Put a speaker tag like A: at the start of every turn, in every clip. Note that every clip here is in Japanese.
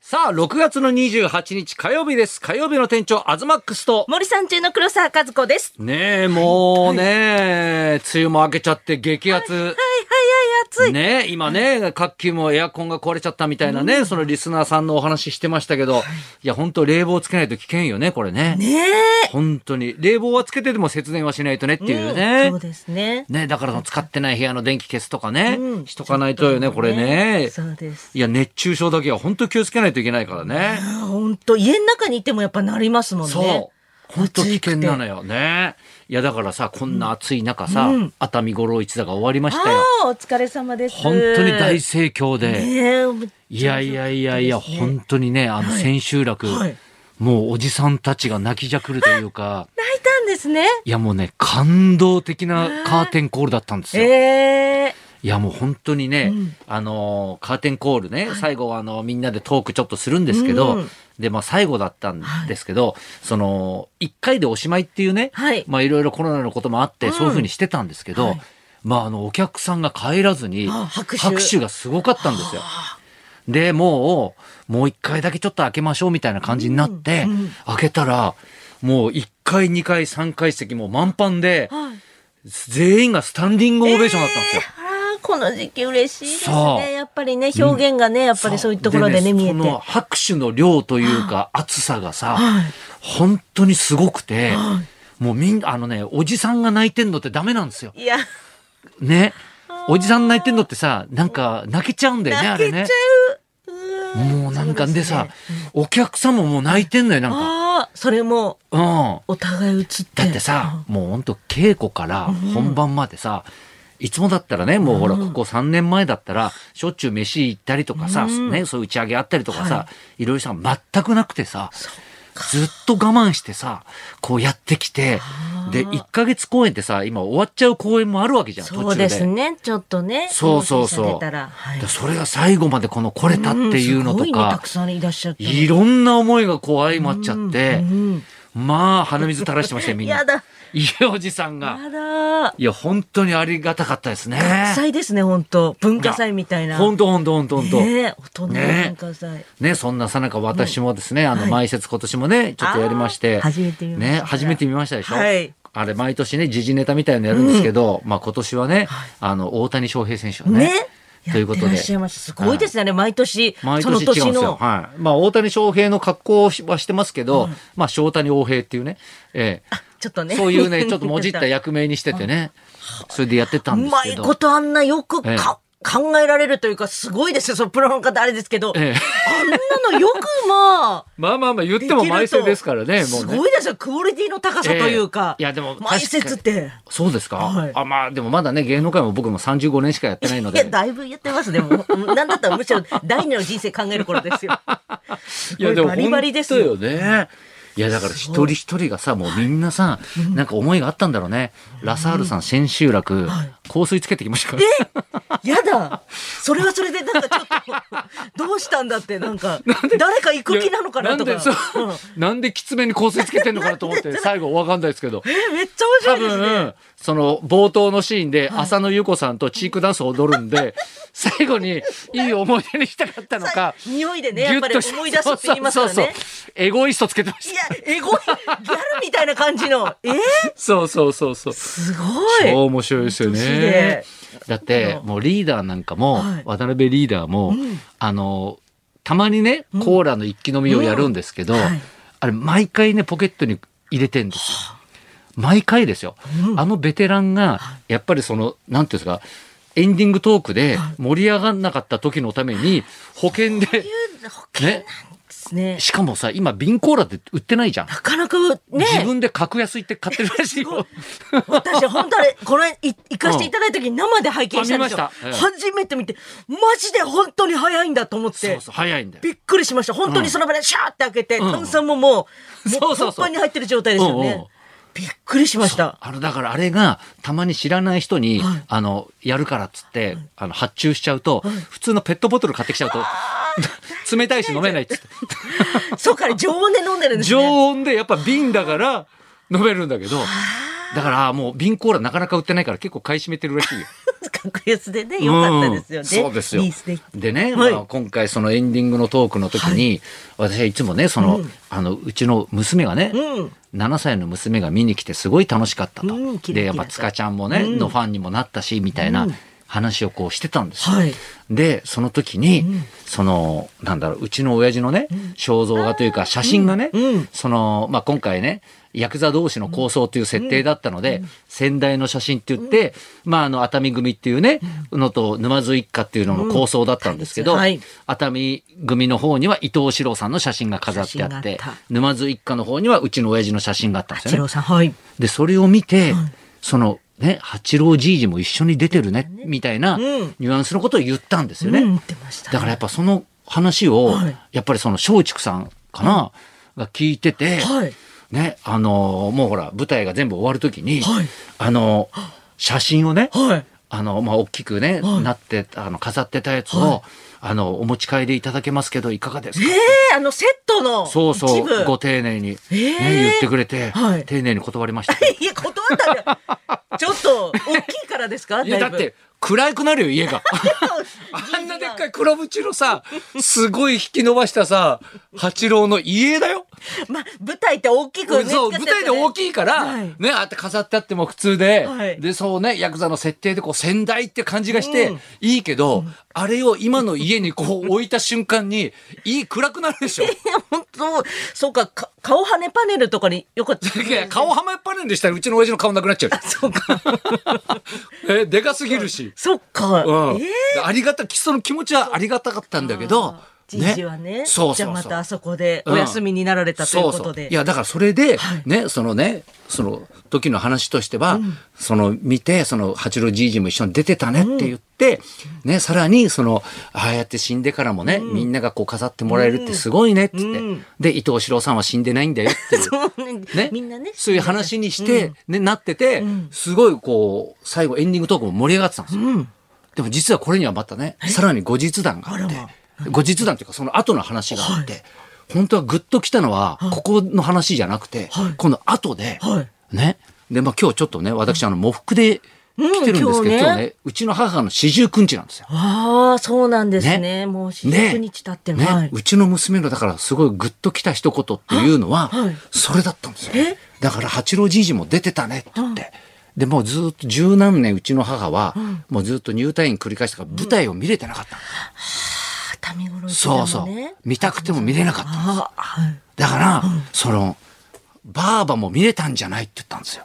A: さあ、6月の28日火曜日です。火曜日の店長、アズマックスと。
B: 森さん中の黒沢和子です。
A: ねえ、もうねえ、梅雨も明けちゃって激アツ。
B: はいはいはい、暑い。
A: ねえ、今ね、各機もエアコンが壊れちゃったみたいなね、そのリスナーさんのお話ししてましたけど、いや、本当冷房つけないと危険よね、これね。
B: ね
A: 本当に。冷房はつけてでも節電はしないとねって
B: え。
A: いうね。
B: んそうですね。
A: ね、だからその使ってない部屋の電気消すとかね、
B: うん
A: しとかないとよね、これね。
B: そうです。
A: いや、熱中症だけは本当気をつけないといけないからね。
B: 本当家の中にいてもやっぱなりますもんね。
A: そう。本当危険なのよね。いや、だからさ、こんな暑い中さ、
B: うん
A: 熱海五郎一座が終わりましたよ。
B: ああ、お疲れ様です。
A: 本当に大盛況で。
B: ねえ。
A: いやいやいやいや、
B: そうですね
A: 本当にね、あの、
B: はい
A: 千秋楽、
B: はい
A: もうおじさんたちが泣きじゃくるというか、
B: 泣いたんですね。
A: いやもうね、感動的なカーテンコールだったんですよ。
B: ええ。
A: いやもう本当にね、
B: うん
A: あのーカーテンコールね、最後はあのみんなでトークちょっとするんですけど、
B: うん
A: でまあ最後だったんですけど、その1回でおしまいっていうね、
B: はい
A: まあいろいろコロナのこともあって、
B: うん
A: そういうふうにしてたんですけど、
B: はい
A: まああのお客さんが帰らずに
B: あ拍手
A: がすごかったんですよ。でもうもう1回だけちょっと開けましょうみたいな感じになって、
B: うんうん
A: 開けたらもう1回2回3回席もう満帆で、
B: はい。
A: 全員がスタンディングオベーションだったんですよ。
B: ああ、この時期嬉しいです
A: そう
B: ね。やっぱりね、表現がね、やっぱりそういうところでね、見えて。
A: その
B: は
A: 拍手の量というか、熱さがさ、
B: はい
A: 本当にすごくて、
B: は
A: もうみん、あのね、おじさんが泣いてんのってダメなんですよ。
B: い。いや、
A: ね。おじさん泣いてんのってさ、なんか泣けちゃうんだよね、あ
B: 泣
A: れ
B: けち
A: ね。
B: ゃう。うー
A: もうなんか
B: そ
A: で,、
B: すね
A: さ、お客様も泣いてんのよ、なん
B: ああ、それも
A: か。うん。
B: お互い映って。
A: だってさ、もうほんと稽古から本番までさ、いつもだったらね、もうほら、ここ3年前だったら、しょっちゅう飯行ったりとかさ、
B: うん
A: ね、そういう打ち上げあったりとかさ、、
B: はい
A: ろいろさ、全くなくてさ、
B: そっ
A: ずっと我慢してさ、こうやってきて、で、1ヶ月公演ってさ、今終わっちゃう公演もあるわけじゃん、途
B: そう
A: 中で。
B: ですね。ちょっとね。
A: そうそうそう
B: 放送されたらはい
A: だからそれが最後までこの来れたっていうの
B: んすご
A: と
B: いねた
A: か
B: く、さんいらっしゃって。
A: いろんな思いがこう相まっちゃって、
B: うん
A: まあ、鼻水垂らしてましたよ、みんな。
B: やだ。
A: いや、おじさんが。
B: やだ。
A: いや、本当にありがたかったですね
B: 国。祭ですね、本当文化祭みたいな。
A: 本当本当本当本当。
B: ねえ、大人の文化祭。
A: ね、そんなさなか私もですね、あの、
B: はい
A: 毎節今年もね、ちょっとやりまして。
B: あー初めて見まし
A: ね、
B: た
A: 初めて見ましたでしょ。
B: はい
A: あれ、毎年ね、時事ネタみたいなのやるんですけど、まあ今年はね、あの、大谷翔平選手をね。
B: ね。
A: ということで
B: やってらっしゃいます。すごいですよね、毎年。
A: 毎
B: その
A: 年違うんです
B: 年
A: よ。
B: の。
A: はい。まあ、大谷翔平の格好はしてますけど、まあ、翔谷王平っていうね、ええ
B: ちょっとね。
A: そういうね、ちょっとも じった役名にしててね、それでやってた
B: うん
A: です
B: ま
A: け
B: い
A: ど。
B: ことあんなよく
A: ええ
B: か考えられるというか、すごいですよ、そのプロの方あれですけど。
A: ええ
B: あんなのよくまあ。
A: まあまあまあ言っても毎節ですからね、
B: でき
A: もう
B: る
A: ね。
B: とすごいですよ、クオリティの高さというか。
A: ええいやでも
B: 毎節って。
A: そうですか、
B: はい
A: あ、まあでもまだね、芸能界も僕も35年しかやってないの
B: い
A: で。
B: や、だいぶ言ってますね。もう、なんだったらむしろ第二の人生考える頃ですよ。
A: いやでも
B: バリバリです
A: よ
B: よ
A: ね。いやだから一人一人がさ、もうみんなさ、なんか思いがあったんだろうね。ラサールさん千秋楽、香水つけてきましたから。
B: やだ。それはそれで、なんかちょっと、どうしたんだって、なんか、誰か行く気なのかなと
A: い
B: か。
A: やなんでそう
B: うん
A: なんできつめに香水つけてんのかなと 思って、最後わかんないですけど。
B: え、めっちゃ
A: 多
B: 面白いですね。
A: 分、その冒頭のシーンで浅野ゆう子さんとチークダンスを踊るんで、最後にいい思い出にしたかったのか。
B: 匂いでね、やっぱり
A: し
B: 思い出すって言いますから
A: そうそう
B: ね。
A: そうエゴイストつけてまし
B: い
A: た。
B: や、エゴい、ギャルみたいな感じの。えー
A: そうそうそうそう。
B: すごい。
A: 超面白いですよね。だって
B: う、ん
A: もうリーダーなんかも、
B: はい
A: 渡辺リーダーも、
B: うん
A: あの、たまにね、コーラの一気飲みをやるんですけど、
B: うんはい
A: あれ、毎回ね、ポケットに入れてんですよ。毎回ですよ。あのベテランが、やっぱりその、なんていうんですか、エンディングトークで盛り上がんなかった時のために、保険で、ね、
B: ですね。
A: しかもさ、今、瓶コーラって売ってないじゃん。
B: なかなかね、
A: 自分で格安いって買ってるらしいよ。
B: 私本当あれ、この辺い行かせていただいた時に生で拝見したんですよ。
A: あ見ましたえ
B: 初めて見て、マジで本当に早いんだと思って。
A: そうそう、早いんだよ。
B: びっくりしました。本当にその場でシャーって開けて、
A: うん
B: 炭酸ももう、
A: そうそうそう
B: もパンパンに入ってる状態ですよね。
A: うんうん
B: びっくりしました。
A: あの、だからあれが、たまに知らない人に、
B: はい
A: あの、やるからっつって、あの、発注しちゃうと、普通のペットボトル買ってきちゃうと、冷たいし飲めないっ つって。
B: そうか、常温で飲んでるんです
A: 常
B: ね。
A: 温でやっぱ瓶だから、 飲めるんだけど、だからもう瓶コーラなかなか売ってないから結構買い占めてるらしいよ。
B: ず格安でね、良かったですよね。
A: うんそうですよ
B: いい素敵
A: でね、
B: はい
A: まあ、今回そのエンディングのトークの時に、私はいつもねその、
B: うん
A: あのうちの娘がね、
B: うん。
A: 7歳の娘が見に来てすごい楽しかったと、
B: うんキラキラ
A: でやっぱ塚ちゃんもね、
B: うん
A: のファンにもなったしみたいな
B: うん
A: 話をこうしてたんですよ、
B: はい。
A: でその時に、
B: うん
A: そのなんだろううちの親父のね肖像画というか写真がね、
B: うん。
A: その、まあ、今回ね、ヤクザ同士の抗争という設定だったので、先代の写真って言って、まあ、あの、熱海組っていうね、のと沼津一家っていうのの構想だったんですけど、
B: うんはい
A: 熱海組の方には伊藤四郎さんの写真が飾ってあって、
B: 写真があった
A: 沼津一家の方にはうちの親父の写真があったんです
B: 八
A: よね
B: 郎。さん、はい。
A: で、それを見て、
B: はい
A: その、ね、八郎じいじも一緒に出てるね、みたいな
B: うん
A: ニュアンスのことを言ったんですよね。
B: うん、ってました。
A: だからやっぱその話を、
B: はい
A: やっぱりその松竹さんかな、が聞いてて、
B: はい。
A: ね、あのーもうほら、舞台が全部終わるときに、
B: はい
A: あのー写真をね、
B: はい。
A: あのーまあ、大きくね、
B: はい
A: なって、あの、飾ってたやつを、
B: はい
A: あのーお持ち帰りいただけますけど、いかがです
B: え
A: か、
B: えあのセットの一部。
A: そうそう、ご丁寧に、ね
B: えー
A: 言ってくれて、
B: はい
A: 丁寧に断りました。
B: いや、断ったんだ よ。ちょっと、大きいからですか
A: いや、だ
B: だ
A: っ
B: いぶ。
A: て、暗くなるよ、家 が。あ
B: あ
A: んなでっか
B: い。
A: い黒縁のさ、すごい引き伸ばしたさ、八郎の家だよ。
B: まあ、舞台って大きくね。
A: そう舞台で大
B: い。
A: きいから、
B: はい
A: ねああやって飾ってあっても普通で、
B: はい
A: でそうねヤクザの設定でこう先代って感じがして、
B: うん
A: いいけど、あれを今の家にこう置いた瞬間 にいい暗くなるでしょ。
B: いや、本当そうかか、顔跳ねパネルとかによかっ た。
A: いや顔はまっぱねんでしたらうちの親父の顔なくなっちゃう よ
B: そうか。
A: えでかすぎるし、
B: そっか。
A: うん
B: ええ
A: ありがたきその気持ちはありがたかったんだけど
B: あーじいじはね。
A: そうそうそう
B: じゃあまたあそこで
A: うん
B: お休みになられたという
A: そう
B: こ
A: そ
B: と
A: う
B: で。
A: いやだからそれで、ねそのねその時の話としては、その見てその八郎じいじも一緒に出てたねって言って、ねさらにそのああやって死んでからもね、みんながこう飾ってもらえるってすごいねっつって、
B: うん
A: で伊藤四郎さんは死んでないんだよっていう。
B: そうね
A: ね、
B: みんなね。
A: そういう話にして、ね、なってて、すごいこう、最後エンディングトークも盛り上がってたんですよ。でも実はこれにはまたね、さらに後日談があって
B: あらま、
A: 後日談というかその後の話があって、本当はグッときたのは、ここの話じゃなくて、
B: はい
A: この後で、
B: はい。
A: ね、で、まあ今日ちょっとね、私あの、喪服で来てるんですけど、
B: うん
A: 今
B: 今
A: 日
B: 日ね
A: ね、うちの母の四十九日なんですよ。
B: ああ、そうなんですね。
A: ね
B: もう四
A: ね
B: 十日経ってる、
A: ね、
B: はいう
A: ちの娘のだからすごいグッときた一言っていうのは、
B: はい
A: それだったんですよ
B: え
A: だから八郎じいじも出てたねって言って、でもうずっと十何年うちの母は、もうずっと入退院繰り返したから舞台を見れてなかった、
B: 熱海五郎一
A: そう
B: 座
A: そ
B: も
A: う
B: ね。
A: 見たくても見れなかった
B: ああ、はい。
A: だから、そのばあばも見れたんじゃないって言ったんですよ。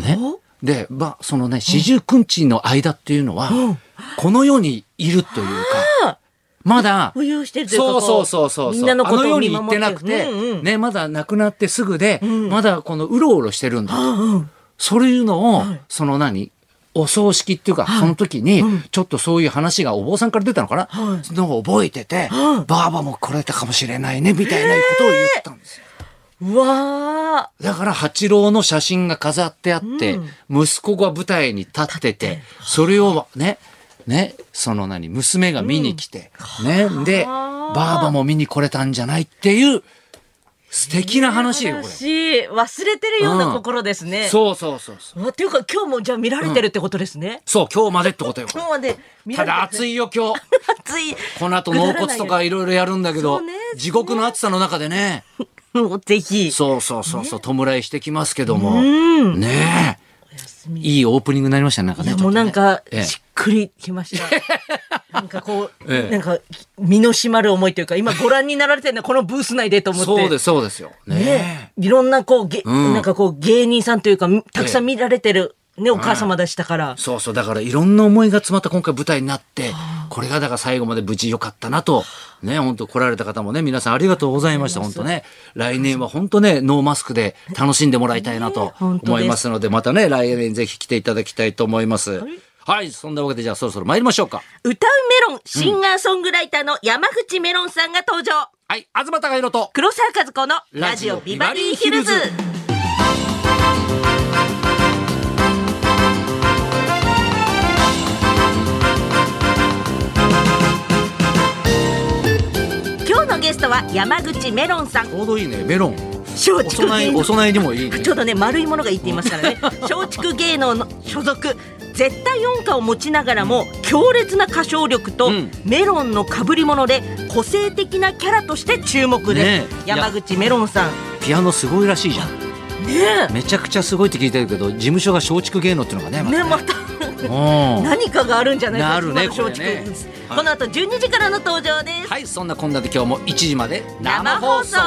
A: ね
B: ほう、
A: で、まあ、そのね四十九日の間っていうのは、
B: うん
A: この世にいるというかまだ
B: 浮遊してるというか
A: そうそうそうそうそう
B: みんなのこと
A: あの世
B: を見
A: に行っ
B: 守
A: て
B: って
A: なくて、
B: うんうん
A: ね、まだ亡くなってすぐで、
B: ん
A: まだこのうろうろしてるんだ、
B: あうん。
A: そういうのを、
B: はい
A: その何お葬式っていうか、その時に、ちょっとそういう話がお坊さんから出たのかな、
B: はい
A: そのを覚えてて、
B: はい
A: ばあばも来れたかもしれないね、みたいなことを言ったんですよ。
B: うわ
A: だから八郎の写真が飾ってあって、息子が舞台に立ってて、それをね、ね、その何、娘が見に来て、ね、で、
B: は
A: ば
B: あ
A: あばも見に来れたんじゃないっていう、素敵な
B: ー
A: 話よ、これ。
B: 話忘れてるよう
A: うん
B: な心ですね。
A: そうそうそうそう。
B: うわ。っていうか今日もじゃあ見られてるってことですね。
A: そう、今日までってことよ。これ
B: 今日まで見
A: た
B: られてる。
A: だ暑
B: い。
A: いよ、今日。
B: 暑い。
A: この後納骨とかいろいろやるんだけど、
B: そうね
A: 地獄の暑さの中でね、
B: もうぜひ。
A: そうそうそうそう、弔いしてきますけども、
B: うん
A: ね
B: お休
A: え、
B: み。
A: いいオープニングになりましたね、なんか
B: い
A: ね。
B: やもうなんか
A: ちょっとねええ
B: しっくりき ました。なんかこう、
A: ええ
B: なんか身の締まる思いというか今ご覧になられてるのはこのブース内でと思って。
A: そうです、そうですよ。ね
B: ね、いろんなこう、げ
A: うん
B: なんかこう芸人さんというかたくさん見られてる、ねお母様でしたから
A: え。そうそう、だからいろんな思いが詰まった今回舞台になって、これがだから最後まで無事良かったなと、ね、本当来られた方もね、皆さんありがとうございました、本当ね。来年は本当ね、ノーマスクで楽しんでもらいたいなと
B: 本当です
A: 思いますので、またね、来年ぜひ来ていただきたいと思います。
B: い
A: はい、そんなわけでじゃあそろそろ参りましょうか。
B: 歌うメロンシンガーソングライターの山口メロンさんが登場、
A: はい、東貴弘と。
B: 黒沢和子のラジオビバリーヒルズ今日のゲストは山口メロンさん
A: ちょうどいいね、メロン。
B: 松
A: お
B: 竹
A: 供え、
B: 芸
A: お
B: 能
A: 供えにもいいね。
B: ちょうどね丸いものがいいって言いますからね松竹芸能の所属絶対音感を持ちながらも強烈な歌唱力と、
A: うん
B: メロンのかぶり物で個性的なキャラとして注目です、
A: ねえ
B: 山口メロンさん
A: ピアノすごいらしいじゃん
B: ね
A: めちゃくちゃすごいって聞いてるけど事務所が松竹芸能っていうのがね
B: え
A: ま
B: ねまた
A: たね
B: 何かがあるんじゃないか
A: なるね
B: 今の
A: これね
B: 松竹
A: はい
B: この後12時からの登場です、
A: うんはいそんなこんなで今日も1時まで
B: 生放送